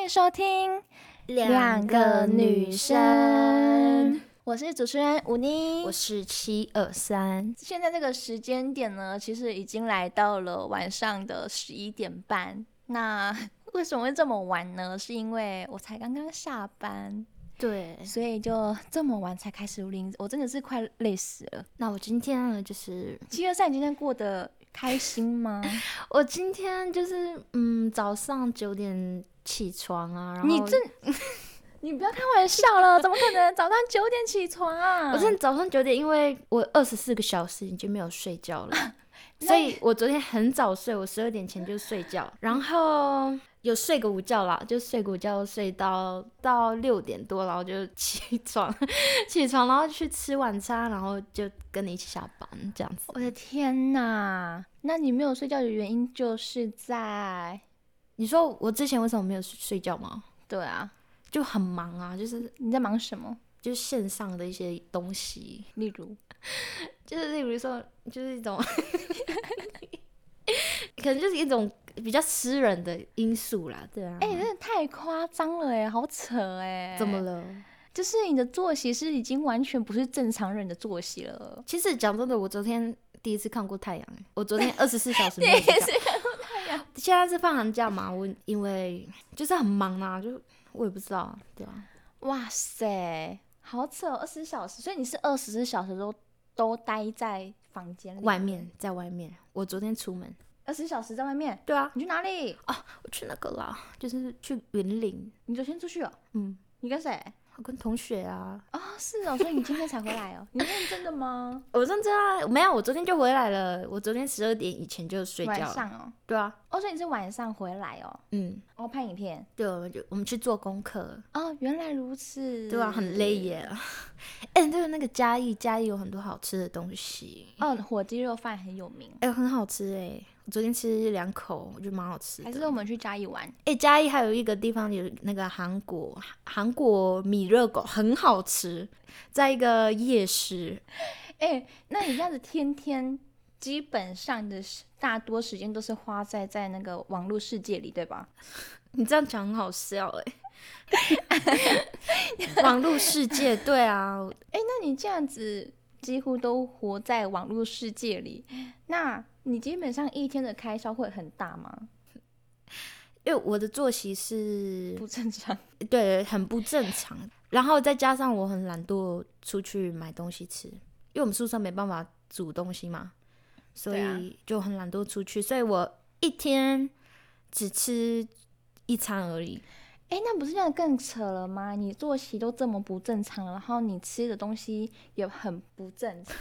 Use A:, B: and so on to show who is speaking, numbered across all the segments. A: 迎收听《
B: 两个女生》，
A: 我是主持人吴妮
B: 我。是七二三，
A: 现在这个时间点呢，其实已经来到了晚上的十一点半。那 为什么会这么晚呢？是因为我才刚刚下班，
B: 对。
A: 所以就这么晚才开始录音，我真的是快累死了。
B: 那我今天呢，就是
A: 七二三，你今天过得开心 吗？
B: 我今天就是嗯，早上九点起床啊，然后
A: 你这， 你不要开玩笑了，怎么可能早上九点起床啊？
B: 我真的早上九点，因为我二十四个小时已经没有睡觉 了，
A: 那
B: 所以我昨天很早睡，我十二点前就睡觉，然后有睡个午觉啦，就睡个午觉，睡到到六点多，然后就起床， 起床然后去吃晚餐，然后就跟你一起下班这样子。
A: 我的天呐！那你没有睡觉的原因就是在……
B: 你说我之前为什么没有睡睡觉吗？
A: 对啊，
B: 就很忙啊，就是
A: 你在忙什么？
B: 就是线上的一些东西，
A: 例如，
B: 就是例如说，就是一种，可能就是一种比较私人的因素啦，对啊。
A: 哎、你真的太夸张了哎，好扯哎！
B: 怎么？了？
A: 就是你的作息是已经完全不是正常人的作息了。
B: 其实讲真的，我昨天第一次看过太阳、哎，我昨天二十四小时没有睡觉。现在是放寒假嘛，我因为就是很忙啊，就我也不知道，对啊。
A: 哇塞，好扯、哦，二十小时，所以你是二十四小时都都待在房间里，
B: 外面在外面，我昨天出门，
A: 二十小时在外面。
B: 对啊，
A: 你去哪里？
B: 我去那个啦，就是去云林，
A: 你昨天出去哦？
B: 嗯，
A: 你跟谁？
B: 我跟同学啊，
A: 哦，是哦，所以你今天才回来 哦？你认真的吗？
B: 我认真啊，没有，我昨天就回来了，我昨天十二点以前就 睡
A: 晚
B: 觉了，
A: 上哦。
B: 对啊，
A: 哦，所以你是晚上回来哦，
B: 嗯，
A: 哦，拍影片
B: 对，我们就我们去做功课，
A: 哦，原来如此，
B: 对啊，很累。耶， 哎、对，那个嘉义，嘉义有很多好吃的东西，
A: 哦，火鸡肉饭很有名，
B: 哎、很好吃哎，我昨天吃两口，我觉得蛮好吃的
A: 还，是我们去嘉义玩？
B: 哎、嘉义还有一个地方有那个韩国韩国米热狗很好吃，在一个夜市，
A: 哎、那你这样子天天基本上的时大多时间都是花在在那个网络世界里，对吧？
B: 你这样讲很好笑 哎、网络世界，对啊，
A: 哎、那你这样子几乎都活在网络世界里，那你基本上一天的开销会很大吗？
B: 因为我的作息是
A: 不正常。
B: 对很不正常，然后再加上我很懒惰出去买东西吃，因为我们宿舍没办法煮东西嘛，所
A: 对啊
B: 以就很懒惰出去，所以我一天只吃一餐而已。
A: 哎，那不是这样更扯了吗？你作息都这么不正常了，然后你吃的东西也很不正常。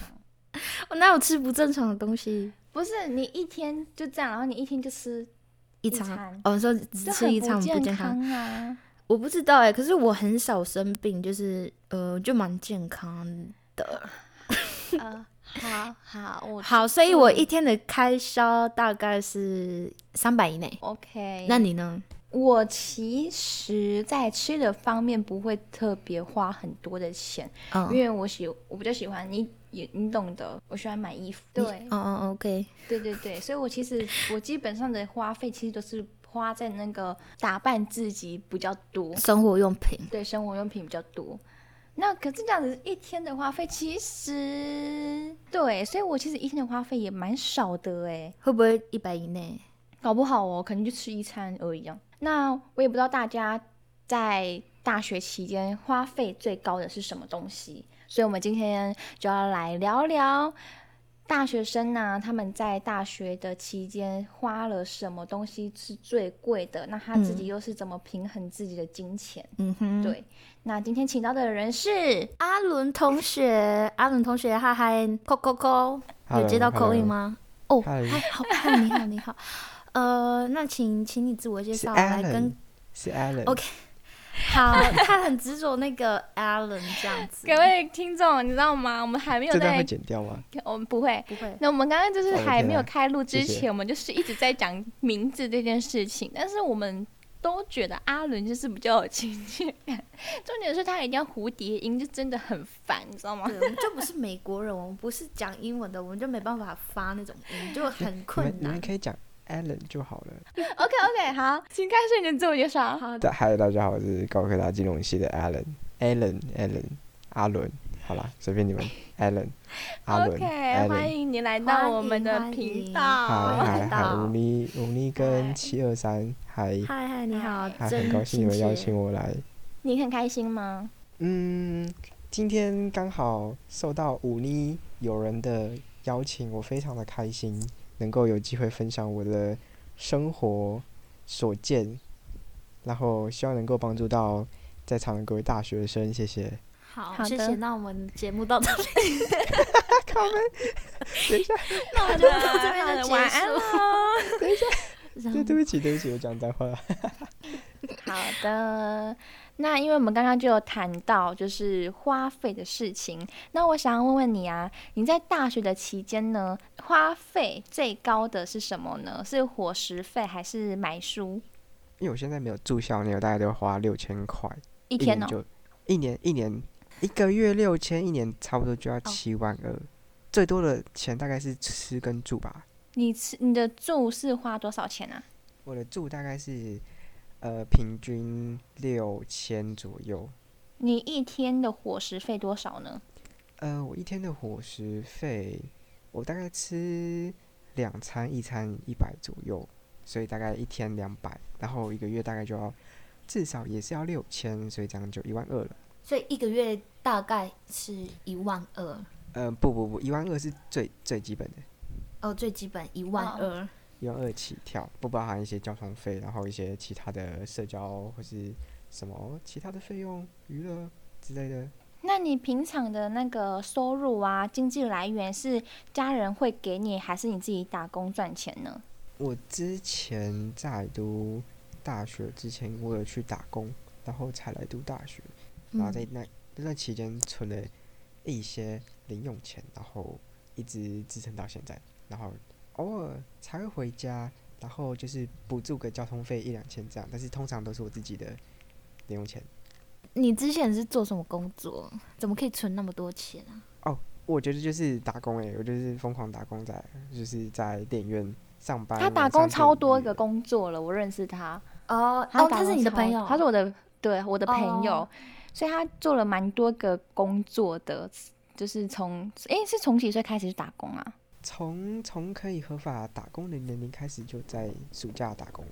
B: 我哦哪有吃不正常的东西？
A: 不是你一天就这样，然后你一天就吃，
B: 一
A: 餐
B: 餐哦，你说只
A: 这
B: 吃一餐
A: 很
B: 很不健康？
A: 康啊！
B: 我不知道哎、可是我很少生病，就是呃，就蛮健康的。
A: 呃，好好，我
B: 好，所以我一天的开销大概是三百以内。
A: OK。
B: 那你呢？
A: 我其实，在吃的方面不会特别花很多的钱，
B: 嗯
A: 因为我喜我比较喜欢你也你懂得，我喜欢买衣服。对
B: 哦哦，OK，
A: 对对对，所以我其实我基本上的花费其实都是花在那个打扮自己比较多。
B: 生活用品
A: 对，生活用品比较多。那可是这样子一天的花费，其实对，所以我其实一天的花费也蛮少的哎，
B: 会不会一百以内？
A: 搞不好哦，可能就吃一餐而已、啊。那我也不知道大家在大学期间花费最高的是什么东西，所以我们今天就要来聊聊大学生呢、他们在大学的期间花了什么东西是最贵的，那他
C: 嗯
A: 自己又是怎么平衡自己的金钱？
B: 嗯哼，
A: 对，那今天请到的人
C: 嗯
A: 是
B: 阿伦同学，阿伦同学，嗨嗨，扣扣扣，有接到口音？吗？哦，
C: 嗨
B: 嗨，好，嗨，你好，你好， 呃，那请请你自我介
C: 是
B: 绍，来
C: Alan，
B: 跟
C: 是 Alan。
B: OK 好，他很执着那个 Alan 这样子，
A: 各位听众，你知道吗？我们还没有
C: 这段
A: 在
C: 会，剪掉吗？
A: 我们不会。
B: 不会，
A: 那我们刚刚就是
C: 哦
A: 还没有
C: 天啊
A: 开录之
C: 谢谢
A: 前，我们就是一直在讲名字这件事情，但是我们都觉得阿伦就是比较有亲切感。重点是他一定要蝴蝶音，就真的很烦，你知道吗？
B: 对，我们就不是美国人，我们不是讲英文的，我们就没办法发那种音，就很
C: 你们
B: 困
C: 你
B: 难呃
C: 们。可以讲， Allen 就好了。
A: OK OK，好，请开始你的自我介绍。
B: 好的，
C: 大嗨，大家好，我是高科大金融系的 Allen，Allen，Allen，阿伦，好啦，随便你们，Allen，阿伦
A: OK，欢
C: ，Allen，
A: 迎你来到我们的
B: 欢迎
A: 频
B: 哦
A: 道。
C: 嗨嗨嗨，
B: 到
C: 五力五力
A: 嗨
C: 跟七二三，嗨
B: 嗨嗨，你好，
C: 嗨，
B: 真
C: 很高兴你们邀请
B: 我。
C: 我来，
A: 你很开心吗？
C: 嗯，今天刚好受到五力友人的邀请，我非常的开心，能够有机会分享我的生活所见，然后希望能够帮助到在场的各位大学生，谢谢。
B: 好，
A: 好
B: 谢
A: 的
B: 谢。那我们节目到这里，
C: 等一下，
B: 那我们就到这边就
A: 好的
B: 结
A: 晚安
B: 束。
A: 喽。
B: 然
C: 对，
B: 后
C: 对不起，对不起，我讲脏话了。
A: 好的，那因为我们刚刚就有谈到就是花费的事情，那我想要问问你啊，你在大学的期间呢，花费最高的是什么呢？是伙食费还是买书？
C: 因为我现在没有住校，那个大概都要花六千块，
A: 一
C: 一
A: 天哦，
C: 就一年一年一个月六千，一年差不多就要七万二、最多的钱大概是吃跟住吧。
A: 你吃你的住是花多少钱啊？
C: 我的住大概是呃平均六千左右，
A: 你一天的伙食费多少呢？
C: 呃，我一天的伙食费我大概吃两餐，一餐一百左右，所以大概一天两百，然后一个月大概就要至少也是要六千，所以这样就一万二了。
B: 所以一个月大概是一万二，
C: 呃，不不不，一万二是最最基本的，
B: 哦，最基本一万二。嗯
C: 一万二起跳，不包含一些交通费，然后一些其他的社交或是什么其他的费用、娱乐之类的。
A: 那你平常的那个收入啊，经济来源是家人会给你，还是你自己打工赚钱呢？
C: 我之前在读大学之前，我有去打工，然后才来读大学，然后
A: 嗯
C: 在那那段期间存了一些零用钱，然后一直支撑到现在，然后偶尔才会回家，然后就是补助个交通费一两千这样，但是通常都是我自己的零用钱。
B: 你之前是做什么工作？怎么可以存那么多钱啊？
C: 我觉得就是打工诶、我就是疯狂打工仔，就是在电影院上班。啊
A: 他打
C: 晚
A: 工
C: 上
A: 超
C: 电
A: 多一
C: 影
A: 个
C: 院，
A: 工作了，我认识他。
B: 哦
A: 他
B: 哦，
A: 打
B: 他是
A: 工
B: 你的
A: 超
B: 朋
A: 多
B: 友，
A: 他是我的对我的朋友，
B: 哦
A: 所以他做了蛮多个工作的，就是从诶，是从几岁开始去打工啊？
C: 从从可以合法打工的年龄开始，就在暑假打工。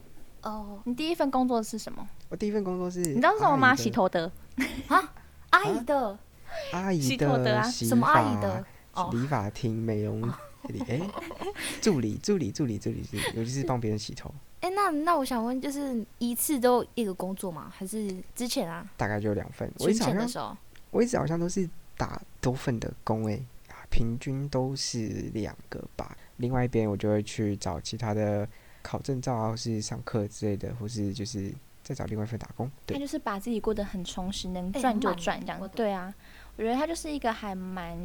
B: 哦，
A: 你第一份工作是什么？
C: 我第一份工作是
A: 你
C: 你
A: 知道是什么吗？洗头的，
B: 阿姨的
C: 阿姨
A: 洗头的啊
C: 洗
B: 什么阿姨
C: 发
B: 的？哦
C: 理发厅美容
A: 哦
C: 理哎、助理助理助理助理助理，尤其是帮别人洗头，
B: 哎，那那我想问，就是一次都一个工作吗？还是之前啊？
C: 大概就两份。我
B: 存
C: 一直好
B: 钱的
C: 像
B: 时候，
C: 我一直好像都是打多份的工诶、啊，平均都是两个吧。另外一边我就会去找其他的考证照啊，或是上课之类的，或是就是再找另外一份打工。
A: 他
C: 对，
A: 就是把自己过得很充实，能
B: 诶
A: 赚
B: 很
A: 就
B: 满
A: 赚这样。
B: 我懂
A: 对啊，我觉得他就是一个还蛮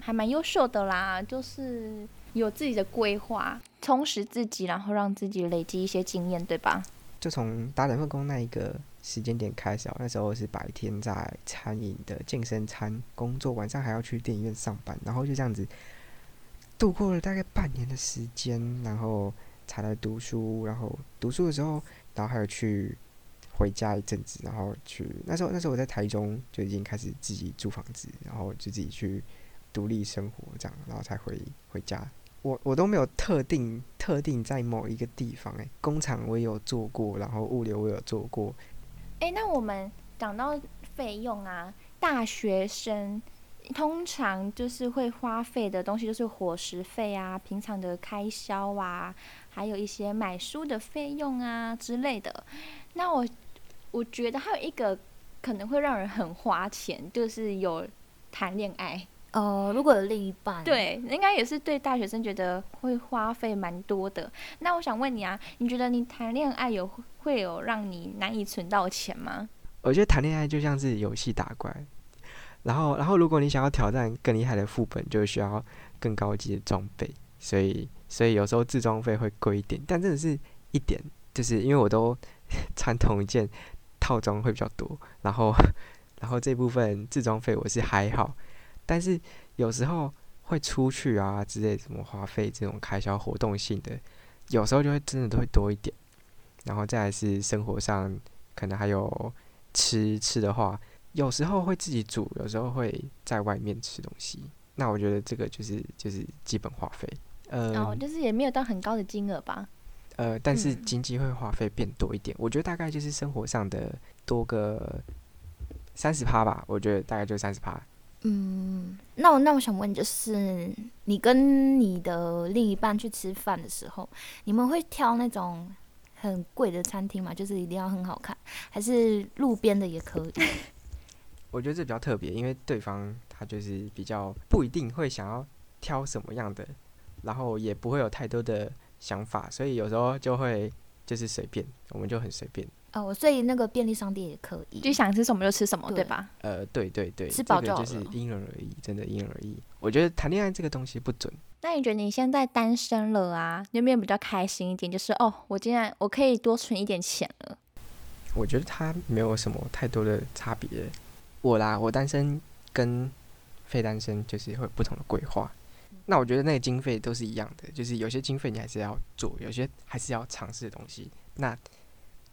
A: 还蛮优秀的啦，就是有自己的规划，充实自己，然后让自己累积一些经验，对吧？
C: 就从打两份工那一个时间点开始啊，那时候是白天在餐饮的健身餐工作，晚上还要去电影院上班，然后就这样子度过了大概半年的时间，然后才来读书，然后读书的时候，然后还有去回家一阵子，然后去那时候那时候我在台中就已经开始自己租房子，然后就自己去独立生活这样，然后才回回家。我我都没有特定特定在某一个地方、欸，工厂我也有做过，然后物流我也有做过，
A: 诶，那我们讲到费用啊，大学生通常就是会花费的东西，就是伙食费啊、平常的开销啊，还有一些买书的费用啊之类的。那我我觉得还有一个可能会让人很花钱，就是有谈恋爱。
B: 哦，如果有另一 半，，
A: 对，应该也是对大学生觉得会花费蛮多的。那我想问你啊，你觉得你谈恋爱有会有让你难以存到钱吗？
C: 我觉得谈恋爱就像是游戏打怪，然后，然后如果你想要挑战更厉害的副本，就需要更高级的装备，所以，所以有时候自装费会贵一点，但真的是一点，就是因为我都 穿同一件套装会比较多，然后，然后这部分自装费我是还好，但是有时候会出去啊之类什么花费这种开销活动性的，有时候就会真的都会多一点。然后再来是生活上，可能还有吃吃的话，有时候会自己煮，有时候会在外面吃东西。那我觉得这个就是就是基本花费，呃、
A: 哦，就是也没有到很高的金额吧。
C: 呃，但是
B: 嗯
C: 经济会花费变多一点。我觉得大概就是生活上的多个三十趴吧，我觉得大概就三十趴。
B: 嗯，那我那我想问，就是你跟你的另一半去吃饭的时候，你们会挑那种很贵的餐厅吗？就是一定要很好看，还是路边的也可以？
C: 我觉得这比较特别，因为对方他就是比较不一定会想要挑什么样的，然后也不会有太多的想法，所以有时候就会就是随便，我们就很随便。
B: 哦，所以那个便利商店也可以。
A: 就想吃什么就吃什么，对
B: 对
A: 吧？
C: 呃，对对对，
B: 吃
C: 这
B: 饱
C: 个
B: 就好
C: 就是
B: 了
C: 因人而异，真的因人而异。我觉得谈恋爱这个东西不准，
A: 那你觉得你现在单身了啊，你有没有比较开心一点？就是哦，我竟然我可以多存一点钱了。
C: 我觉得它没有什么太多的差别。我啦，我单身跟非单身就是会有不同的规划。那我觉得那个经费都是一样的，就是有些经费你还是要做，有些还是要尝试的东西。那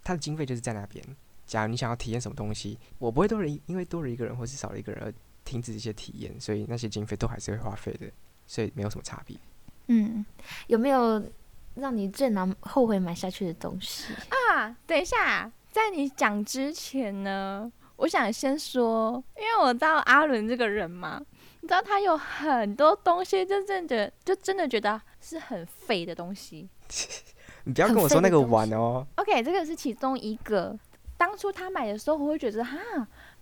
C: 它的经费就是在那边。假如你想要体验什么东西，我不会多了一，因为多了一个人或是少了一个人而停止这些体验，所以那些经费都还是会花费的，所以没有什么差别。
A: 嗯
B: 有没有让你最难后悔买下去的东西？
A: 啊，等一下，在你讲之前呢，我想先说，因为我知道阿伦这个人嘛，你知道他有很多东西，就真的就真的觉得是很废的东西。
C: 你不要
B: 很
C: 跟我说
B: 废
C: 那
B: 的
C: 个
B: 东西
C: 碗哦，
A: OK，这个是其中一个。当初他买的时候，我会觉得哈，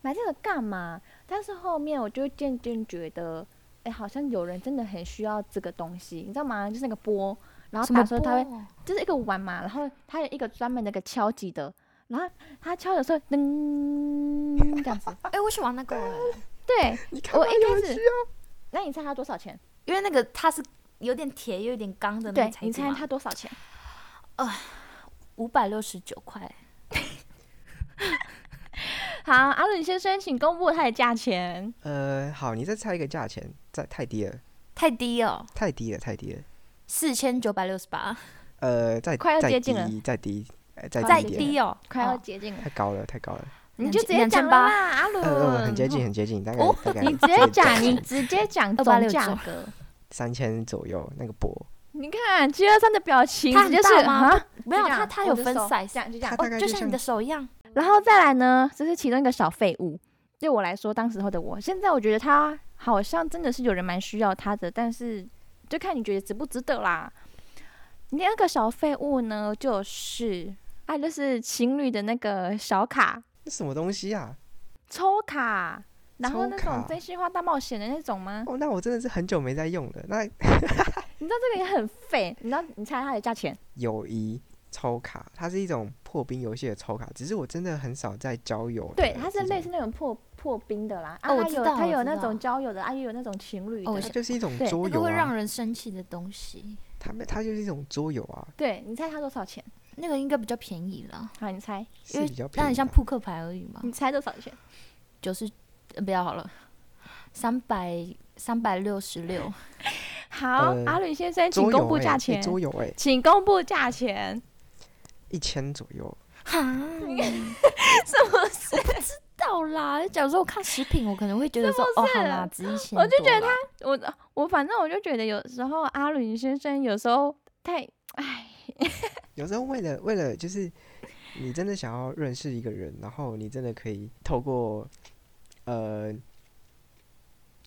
A: 买这个干嘛？但是后面我就渐渐觉得，哎、好像有人真的很需要这个东西，你知道吗？就是那个钵，然后
B: 什
A: 他
B: 么
A: 说啊他会
B: 波
A: 就是一个碗嘛，然后它有一个专门的一个敲击的，然后它敲的时候噔 这样子。
B: 哎、我喜欢那个欸、
A: 对
C: 你看
A: 我
C: 吧
A: 一开始，那你猜它多少钱？
B: 因为那个它是有点铁又有点钢的那
A: 对
B: 个，材
A: 你
B: 质
A: 猜
B: 嘛。
A: 它多少钱？
B: 五百六十九块，
A: 好，阿伦先生，请公布它的价钱。
C: 呃，好，你再猜一个价钱，再太低了，
B: 太低了，
C: 太低了，太低了。
B: 四千九百六十八，
C: 呃，再
A: 快要
C: 再
A: 接近了啊
C: 低，再低，呃再
B: 再
C: 低一点，
B: 低哦，
A: 快要
B: 哦
A: 接近了，
C: 太高了，太高了。
A: 你就直接
B: 两千
A: 讲了啦，阿伦、
C: 呃，很接近，很接近，大概
A: 嗯哦
C: 大概
A: 你直接讲，你直接讲总
B: 269
A: 价格。
C: 三千左右那个波，
A: 你看 G 二三的表情，
B: 它很
A: 就是
B: 大吗
A: 啊，
B: 没有
A: 就这样
B: 它它
A: 我
B: 有
A: 的
B: 分
A: 手
B: size，
A: 这样就这样
B: 哦
C: 它。啊大概，
B: 就
C: 就
B: 像
C: 像
B: 你的手一样，
A: 然后再来呢，这是其中一个小废物。对我来说，当时候的我，现在我觉得它好像真的是有人蛮需要它的，但是就看你觉得值不值得啦。第二个小废物呢，就是啊，就是情侣的那个小卡
C: 那什么东西啊？
A: 抽卡，然后
C: 抽
A: 那种
C: 卡
A: 真心话大冒险的那种吗？
C: 哦，那我真的是很久没在用了。那
A: 你知道这个也很废，你知道你猜它的价钱？
C: 友谊抽卡，它是一种破冰游戏的抽卡，只是我真的很少在交友的这
A: 对，
C: 种。
A: 它是类似那种破破冰的啦，啊，
B: 哦我
A: 它
B: 知
A: 有
B: 道
A: 它
B: 我
A: 有
B: 知
A: 那
B: 道
A: 种交友的，啊，也有那种情侣
B: 哦我
A: 的
C: 它
B: 想。
C: 就是一种
A: 对
C: 桌
B: 那个
C: 游
B: 会让
C: 啊，
B: 人生气的东西，
C: 它没它就是一种桌游啊，
A: 对，你猜它多少钱？
B: 那个应该比较便宜了，
A: 好，你猜，
B: 因
C: 是
B: 为
C: 比较
B: 那
C: 便宜啊
B: 很像
C: 的
B: 扑克牌而已嘛，
A: 你猜多少钱？
B: 九十呃不要好了，三百三百六十六，
A: 好，
C: 呃
A: 阿伦先生，请
C: 桌
A: 公
C: 游
A: 布
C: 欸
A: 价
C: 欸
A: 钱，
C: 桌游哎，
A: 请公布价钱。
C: 一千左右。
B: 哈，
C: 嗯
A: 什么事？
B: 到啦！假如说我看食品，我可能会觉得说哦好啦，值一千，
A: 我就觉得他我我反正我就觉得有时候阿伦先生有时候太唉，
C: 有时候为了为了就是你真的想要认识一个人，然后你真的可以透过呃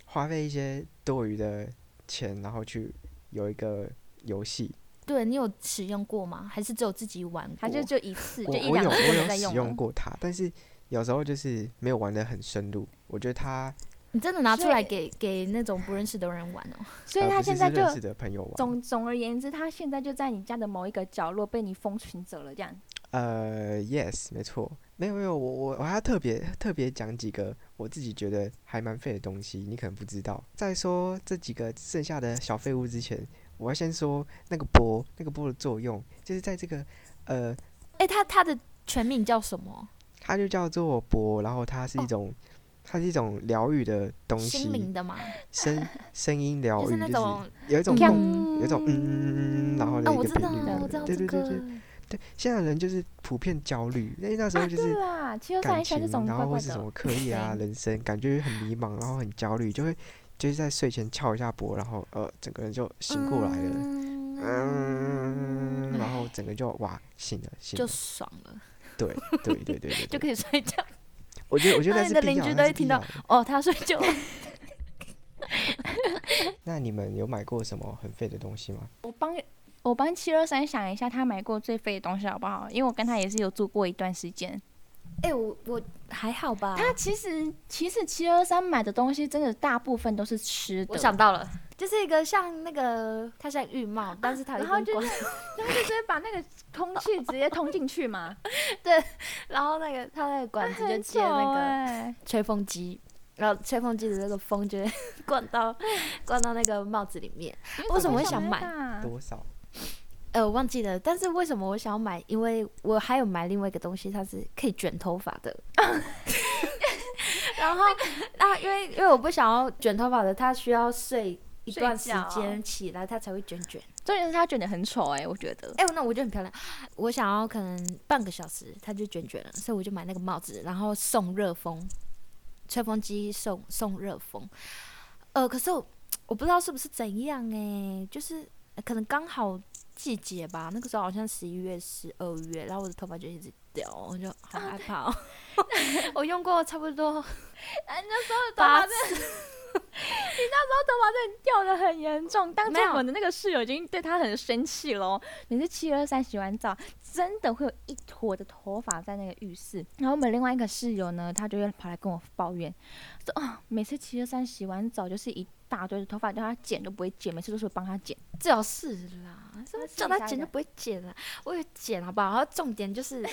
C: 花费一些多余的钱，然后去有一个游戏。
B: 对你有使用过吗？还是只有自己玩过？
A: 还是就一次，嗯
C: 我
A: 就一
C: 我
A: 两
C: 有
A: 次
C: 我
A: 就没
C: 有
A: 在
C: 使
A: 用啊
C: 用
A: 了
C: 过它，但是有时候就是没有玩的很深入。我觉得它
B: 你真的拿出
A: 所以
B: 来给给那种不认识的人玩哦？
A: 所以
C: 呃
A: 他
C: 不
A: 现
C: 是
A: 在
C: 是
A: 就
C: 认识的朋友玩，
A: 总总而言之，他现在就在你家的某一个角落被你封存着了，这样。
C: 呃，yes，没错，没有没有，我我我还要特别特别讲几个我自己觉得还蛮废的东西，你可能不知道。在说这几个剩下的小废物之前，我要先说那个波，那个波的作用，就是在这个呃，
B: 哎、它它的全名叫什么？
C: 它就叫做波，然后它是一种它是一种疗愈的东
B: 哦心灵
C: 西，
B: 的嘛，
C: 声声音疗
B: 就
C: 愈，
B: 是
C: 就
B: 那
C: 是
B: 种
C: 有一种
A: 锵
C: 共，有一种嗯嗯嗯嗯，嗯然后
B: 啊，
C: 的一
B: 我
C: 个
B: 知
C: 频
B: 道，
C: 率
B: 我知
C: 的
B: 道，
C: 对
B: 这
C: 对对
B: 个
C: 对对，现在人就是普遍焦虑，因为那时候
A: 啊，
C: 就是
A: 对啦，其实
C: 感
A: 算一下这
C: 情，
A: 种
C: 然
A: 怪
C: 后或
A: 怪
C: 是什
A: 的
C: 么，课业啊、人生，感觉很迷茫，然后很焦虑，就会就是在睡前敲一下脖，然后呃，整个人就醒过来了，嗯，然后整个就哇醒了，醒
B: 就
C: 了，
B: 爽了，
C: 对对对对对，
B: 就
C: 对
B: 可以睡觉。
C: 我觉得我觉得
B: 啊
C: 那
B: 你
C: 是
B: 的
C: 必
B: 邻
C: 要
B: 居
C: 那
B: 都
C: 是
B: 会
C: 必
B: 听
C: 要
B: 到
C: 的
B: 哦，他睡觉了。
C: 那你们有买过什么很废的东西吗？
A: 我帮我帮七二三想一下他买过最废的东西好不好？因为我跟他也是有住过一段时间。
B: 哎、我我还好吧。
A: 他其实其实七二三买的东西真的大部分都是吃的，
B: 我想到了，就是一个像那个，它像浴帽，但是它 有一
A: 然后
B: 根
A: 就
B: 管，
A: 然后就直接把那个空气直接通进去 嘛，
B: 然后那个它那个管子就
A: 很
B: 接那
A: 丑
B: 个
A: 欸
B: 吹风机，然后吹风机的那个风就会 灌到灌到那个帽子里面。
A: 你
B: 为什
A: 怎
B: 么
A: 么
B: 会想买
A: 啊
C: 多少？
B: 呃，我忘记了，但是为什么我想要买？因为我还有买另外一个东西，它是可以卷头发的。 然后，那、因为因为我不想要卷头发的，它需要睡一
A: 睡
B: 段时
A: 觉
B: 间起来，它才会卷卷。
A: 重点是他卷得很丑哎、我觉得。
B: 哎、那我觉得很漂亮。我想要可能半个小时，它就卷卷了，所以我就买那个帽子，然后送热风，吹风机送送热风。呃，可是我我不知道是不是怎样哎、就是呃可能刚好季节吧，那个时候好像十一月、十二月，然后我的头发就一直掉，我就好害怕、哦。 我用过差不多
A: 哎，那时候头
B: 八
A: 发真
B: 次
A: 的，，你那时候头发真的掉的很严重。当初
B: 没有
A: 我们的那个室友已经对他很生气喽。每次七二三洗完澡，真的会有一坨的头发在那个浴室。然后我们另外一个室友呢，他就会跑来跟我抱怨，说啊、每次七二三洗完澡就是一大堆的头发，叫他剪都不会剪，每次都是我帮他剪。
B: 最好是啦。
A: 什么
B: 叫他剪就不会剪了、我有剪好不好？然后重点就是，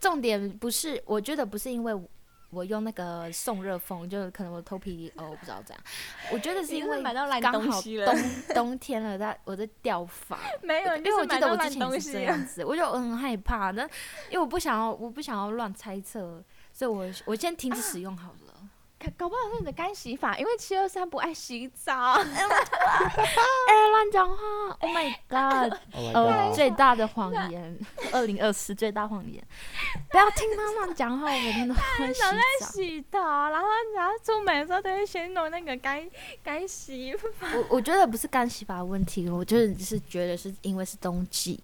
B: 重点不是，我觉得不是因为我我用那个送热风，就可能我头皮哦，我不知道这样，我觉得是因为
A: 到烂
B: 刚好冬 冬天了，它我在掉发，
A: 没有，
B: 因
A: 你
B: 为
A: 就
B: 我
A: 是
B: 记
A: 买
B: 得
A: 到
B: 我之
A: 烂
B: 前也
A: 东
B: 是这
A: 西。啊
B: 样子，我就很害怕，但因为我不想要，我不想要乱猜测，所以我我先停
A: 啊
B: 止使用好了。
A: 搞搞不好是你的干洗法，因为七二三不爱洗澡。
B: 哎、乱讲话！Oh my god！
C: Oh my
B: 呃，
C: god
B: 最大的谎言， 二零二四最大谎言，不要听妈妈讲话，我每天都会洗澡。
A: 洗头，啊然后然后出门的时候都会先弄那个干干洗衣服。
B: 我我觉得不是干洗法的问题，我就是是觉得是因为是冬季，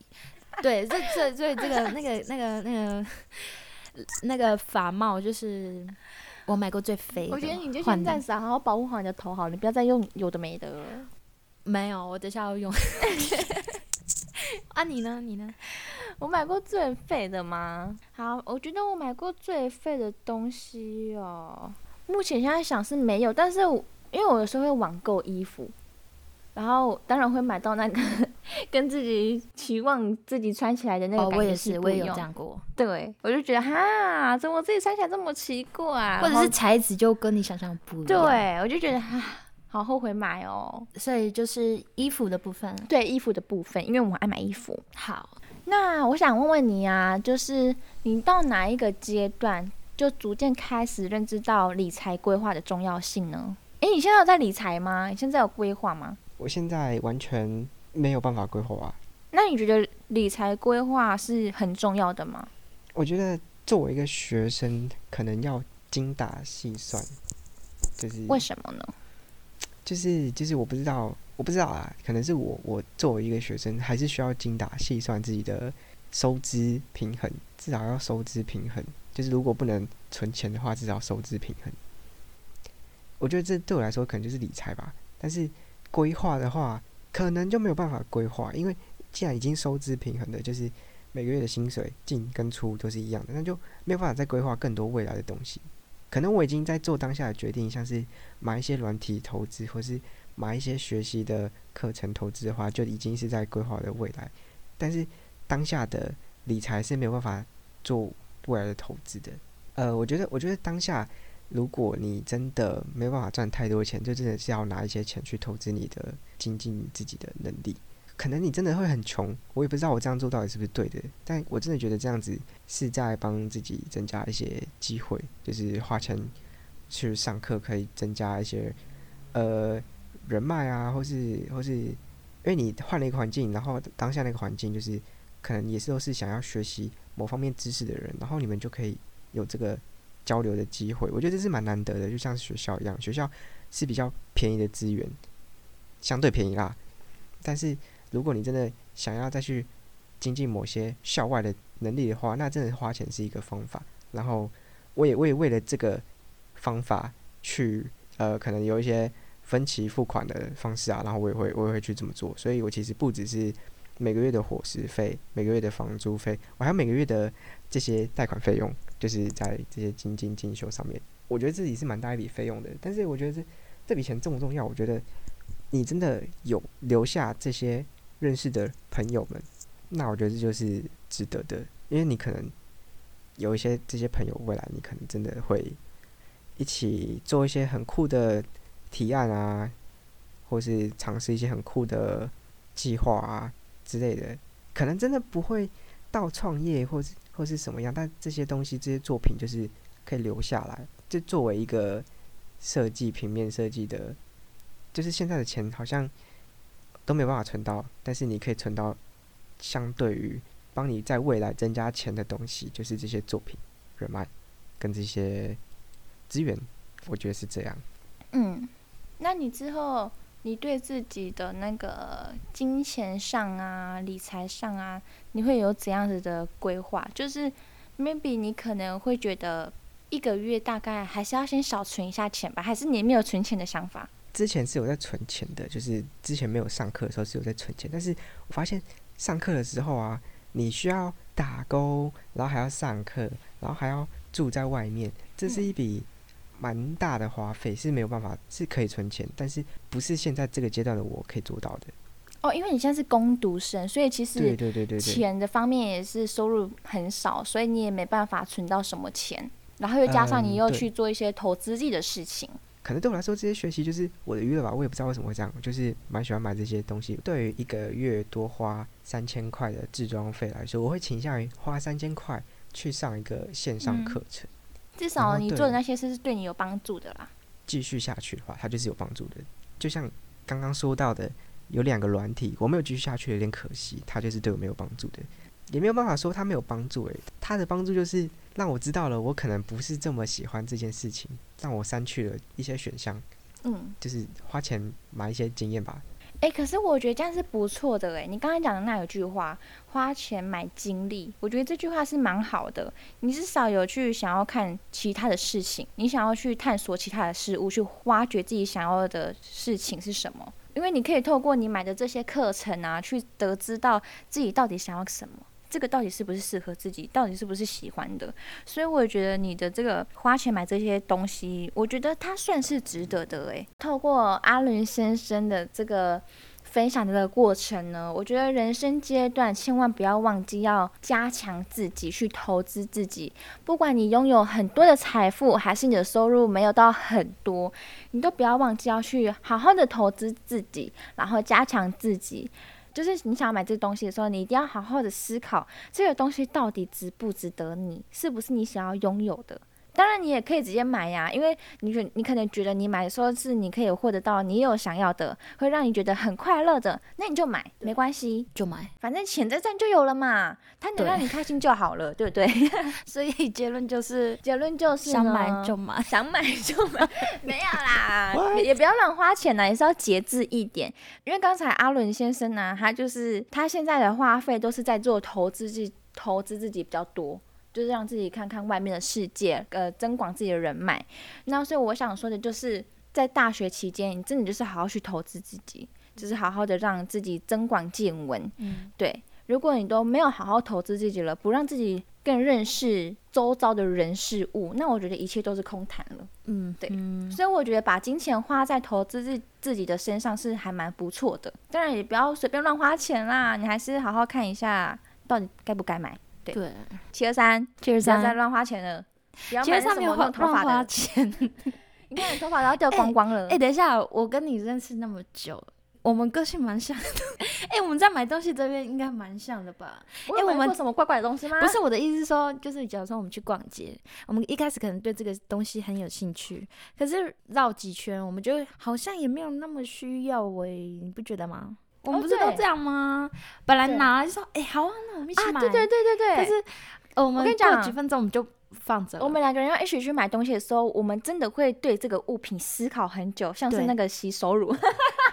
B: 对，这这所以这 个那个那个那个那个法帽就是我买过最肥的，
A: 我觉得你就
B: 啊换
A: 先
B: 的
A: 暂时好好保护好你的头好了，你不要再用有的没的了。
B: 没有，我等一下要用。 啊，你呢？你呢？
A: 我买过最废的吗？好，我觉得我买过最废的东西哦，目前现在想是没有，但是我因为我有时候会网购衣服，然后当然会买到那个 跟自己期望自己穿起来的那个
B: 哦，
A: 感
B: 我
A: 觉
B: 也
A: 是
B: 是，
A: 不
B: 我也
A: 一
B: 有
A: 样
B: 这。样过，
A: 对，我就觉得哈，怎么我自己穿起来这么奇怪，
B: 或者
A: 然
B: 是
A: 后
B: 材质就跟你想象不一样。
A: 对，，我就觉得啊，好后悔买哦。
B: 所以就是衣服的部分。
A: 对衣服的部分，因为我很爱买衣服。
B: 好，
A: 那我想问问你啊，就是你到哪一个阶段，就逐渐开始认知到理财规划的重要性呢？诶，你现在有在理财吗？你现在有规划吗？
C: 我现在完全没有办法规划啊，
A: 那你觉得理财规划是很重要的吗？
C: 我觉得作为一个学生，可能要精打细算，就是
A: 为什么呢？
C: 就是就是我不知道，我不知道啊，可能是我我作为一个学生，还是需要精打细算自己的收支平衡，至少要收支平衡。就是如果不能存钱的话，至少收支平衡。我觉得这对我来说可能就是理财吧，但是规划的话，可能就没有办法规划，因为既然已经收支平衡的，就是每个月的薪水进跟出都是一样的，那就没有办法再规划更多未来的东西。可能我已经在做当下的决定，像是买一些软体投资，或是买一些学习的课程投资的话，就已经是在规划我的未来。但是当下的理财是没有办法做未来的投资的。呃，我觉得，我觉得当下如果你真的没办法赚太多钱，就真的是要拿一些钱去投资你的精进你自己的能力。可能你真的会很穷，我也不知道我这样做到底是不是对的，但我真的觉得这样子是在帮自己增加一些机会，就是花钱去上课，可以增加一些呃人脉啊，或是或是因为你换了一个环境，然后当下那个环境就是可能也是都是想要学习某方面知识的人，然后你们就可以有这个交流的机会。我觉得这是蛮难得的，就像学校一样，学校是比较便宜的资源，相对便宜啦。但是如果你真的想要再去精进某些校外的能力的话，那真的花钱是一个方法。然后我也我也为了这个方法去呃，可能有一些分期付款的方式啊，然后我也会我也会去这么做。所以我其实不只是每个月的伙食费、每个月的房租费，我还有每个月的这些贷款费用，就是在这些精进进修上面，我觉得自己是蛮大一笔费用的。但是我觉得这这笔钱重不重要？我觉得你真的有留下这些认识的朋友们，那我觉得这就是值得的，因为你可能有一些这些朋友，未来你可能真的会一起做一些很酷的提案啊，或是尝试一些很酷的计划啊之类的，可能真的不会到创业或是或是什么样，但这些东西这些作品就是可以留下来，就作为一个设计平面设计的，就是现在的钱好像都没有办法存到，但是你可以存到相对于帮你在未来增加钱的东西，就是这些作品、人脉跟这些资源，我觉得是这样。
A: 嗯，那你之后你对自己的那个金钱上啊、理财上啊，你会有怎样子的规划？就是 maybe 你可能会觉得一个月大概还是要先少存一下钱吧，还是你没有存钱的想法？
C: 之前是有在存钱的，就是之前没有上课的时候是有在存钱，但是我发现上课的时候啊，你需要打工，然后还要上课，然后还要住在外面，这是一笔蛮大的花费，是没有办法，是可以存钱，但是不是现在这个阶段的我可以做到的。
A: 哦，因为你现在是攻读生，所以其
C: 对
A: 实
C: 对对对对，
A: 钱的方面也是收入很少，所以你也没办法存到什么钱。然后又加上
C: 嗯
A: 你又
C: 对
A: 去做一些投资自己的事情，
C: 可能对我来说，这些学习就是我的娱乐吧。我也不知道为什么会这样，就是蛮喜欢买这些东西。对于一个月多花三千块的置装费来说，我会倾向于花三千块去上一个线上
A: 嗯
C: 课程。
A: 至
C: 然
A: 少
C: 后
A: 你
C: 啊对
A: 做的那些事是对你有帮助的啦。
C: 继续下去的话，它就是有帮助的。就像刚刚说到的，有两个软体，我没有继续下去有点可惜，它就是对我没有帮助的，也没有办法说它没有帮助、诶，它的帮助就是让我知道了我可能不是这么喜欢这件事情，让我删去了一些选项，
A: 嗯，
C: 就是花钱买一些经验吧。
A: 哎、可是我觉得这样是不错的哎、你刚才讲的那有句话“花钱买经历”，我觉得这句话是蛮好的。你至少有去想要看其他的事情，你想要去探索其他的事物，去挖掘自己想要的事情是什么。因为你可以透过你买的这些课程啊，去得知到自己到底想要什么，这个到底是不是适合自己，到底是不是喜欢的。所以我觉得你的这个花钱买这些东西，我觉得它算是值得的诶。透过阿伦先生的这个分享的这个过程呢，我觉得人生阶段千万不要忘记要加强自己，去投资自己。不管你拥有很多的财富，还是你的收入没有到很多，你都不要忘记要去好好的投资自己，然后加强自己。就是你想买这东西的时候，你一定要好好的思考这个东西到底值不值得你，是不是你想要拥有的。当然，你也可以直接买呀，因为你觉你可能觉得你买的时候是你可以获得到你有想要的，会让你觉得很快乐的，那你就买，没关系，
B: 就 买。
A: 反正钱在站就有了嘛，它能
B: 对
A: 让你开心就好了，对不 对？
B: 所以结论就是啊
A: 结论就是
B: 想
A: 呢
B: 买就 买。
A: 想买就买， 没有啦，也不要乱花钱啦，也是要节制一点。因为刚才阿伦先生呢、他就是他现在的花费都是在做投资自投资自己比较多，就是让自己看看外面的世界，呃，增广自己的人脉。那所以我想说的就是，在大学期间，你真的就是好好去投资自己，就是好好的让自己增广见闻，
B: 嗯，
A: 对，如果你都没有好好投资自己了，不让自己更认识周遭的人事物，那我觉得一切都是空谈了。
B: 嗯，
A: 对
B: 嗯
A: 所以我觉得把金钱花在投资自自己的身上是还蛮不错的。当然也不要随便乱花钱啦，你还是好好看一下到底该不该买。对
B: 对，啊
A: 七二三，
B: 七二
A: 不要再乱花钱了。不要
B: 其实
A: 买
B: 他
A: 什么
B: 没有
A: 弄
B: 花
A: 头
B: 乱
A: 发
B: 花哎
A: 的，嗯
B: 钱。
A: 你看你头发都要掉光光了。
B: 哎、等一下，我跟你认识那么久，我们个性蛮像的。哎、哎、我们在买东西这边应该蛮像的吧？
A: 哎、
B: 我
A: 我
B: 们
A: 们什么怪怪的东西吗？啊
B: 不是我的意思是说，就是假如说我们去逛街，我们一开始可能对这个东西很有兴趣，可是绕几圈，我们就好像也没有那么需要喂、你不觉得吗？我们
A: 哦
B: 不是都
A: 对
B: 这样吗？本来
A: 对
B: 拿就说，哎、好啊，那我们一起
A: 啊，
B: 买。
A: 对对对对对。
B: 可是、呃我们
A: 跟你
B: 过
A: 讲
B: 几分钟我们就放着了。
A: 我们两个人要一起去买东西的时候，我们真的会对这个物品思考很久，像是
B: 对
A: 那个洗手乳，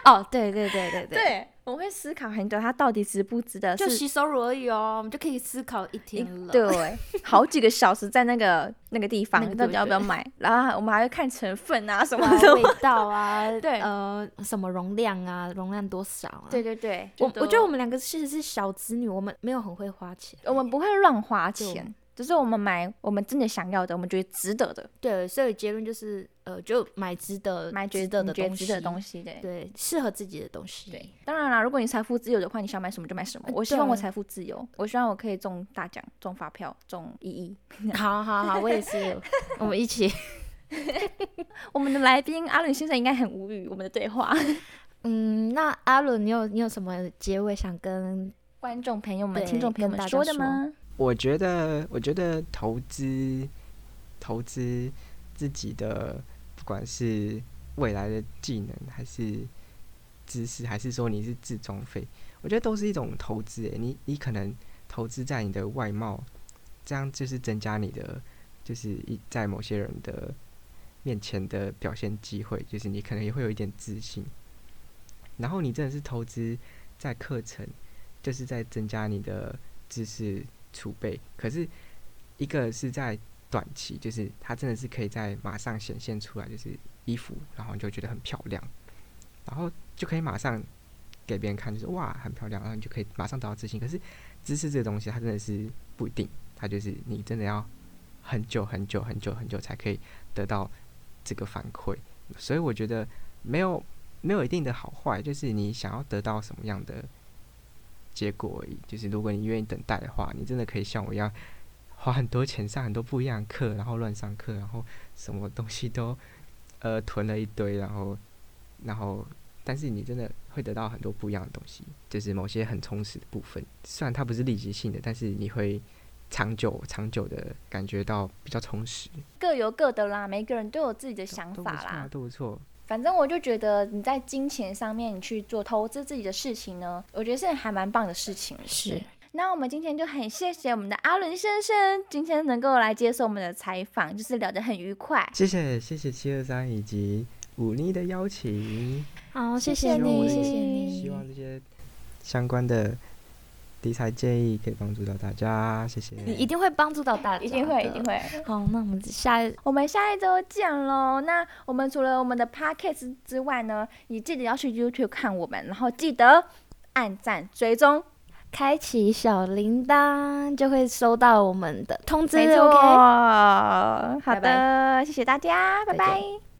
B: 哦，对对对对对，
A: 对，我们会思考很久，它到底值不值得，
B: 就是洗手乳而已哦，我们就可以思考一天了。
A: 对，好几个小时在那个那个地
B: 那
A: 方，
B: 个
A: 到底
B: 对
A: 要不要 买？然后我们还会看成分 啊什么
B: 啊
A: 的。
B: 味道 啊，
A: 对
B: 呃，什么容量啊，容量多少啊？
A: 对，对对，
B: 我
A: 就都
B: 我觉得我们两个其实是小子女，我们没有很会花钱，
A: 我们不会乱花
B: 对我
A: 钱，就是我们买我们真的想要的，我们觉得值得的，
B: 对，所以结论就是，呃，就买值得、
A: 买
B: 值
A: 觉
B: 得
A: 得
B: 的
A: 觉
B: 东
A: 得
B: 西，
A: 值得的东西，对。
B: 对，适合自己的东西，
A: 对，当然啦，如果你财富自由的话，你想买什么就买什么。我希望我
B: 对
A: 财富自由，我希望我可以中大奖、中发票、中一亿。
B: 好好好，我也 是，我们一起，
A: 我们的来宾阿伦先生应该很无语，我们的对话。
B: 嗯，那阿伦，你有你有什么结尾想跟？
A: 观众朋友们、
B: 对
A: 听众朋友
B: 跟大
A: 们
B: 家
A: 说的吗？
C: 我觉得，我觉得投资，投资自己的，不管是未来的技能，还是知识，还是说你是自装费，我觉得都是一种投资。诶，你你可能投资在你的外貌，这样就是增加你的，就是一在某些人的面前的表现机会，就是你可能也会有一点自信。然后你真的是投资在课程，就是在增加你的知识储备，可是一个是在短期，就是它真的是可以在马上显现出来，就是衣服，然后你就觉得很漂亮，然后就可以马上给别人看，就是哇很漂亮，然后你就可以马上得到自信。可是知识这个东西，它真的是不一定，它就是你真的要很久很久很久很久才可以得到这个反馈，所以我觉得没有没有一定的好坏，就是你想要得到什么样的结果而已。就是如果你愿意等待的话，你真的可以像我一样，花很多钱上很多不一样的课，然后乱上课，然后什么东西都呃囤了一堆，然后然后但是你真的会得到很多不一样的东西，就是某些很充实的部分。虽然它不是立即性的，但是你会长久长久的感觉到比较充实。
A: 各有各的啦，每个人都有自己的想
C: 都不
A: 法
C: 错啊
A: 啦。
C: 都不错。
A: 反正我就觉得你在金钱上面，你去做投资自己的事情呢，我觉得是还蛮棒的事情。
B: 是，
A: 那我们今天就很谢谢我们的阿伦先生，今天能够来接受我们的采访，就是聊得很愉快。
C: 谢谢谢谢七二三以及忤逆的邀请。
B: 好，谢
A: 谢
B: 谢
A: 你
B: 你，谢谢
C: 希
B: 你，
C: 望这些相关的理财建议可以帮助到大家，谢谢。
B: 你一定会帮助到大家，
A: 一定会，一定。会。
B: 好，那我们下一
A: 我们下一周见喽。那我们除了我们的 podcast 之外呢，也记得要去 YouTube 看我们，然后记得按赞追踪。
B: 开启小铃铛，就会收到我们的通知。
A: 没错
B: OK，
A: 好的
B: 拜
A: 谢谢大家，拜
B: 再
A: 拜
B: 见。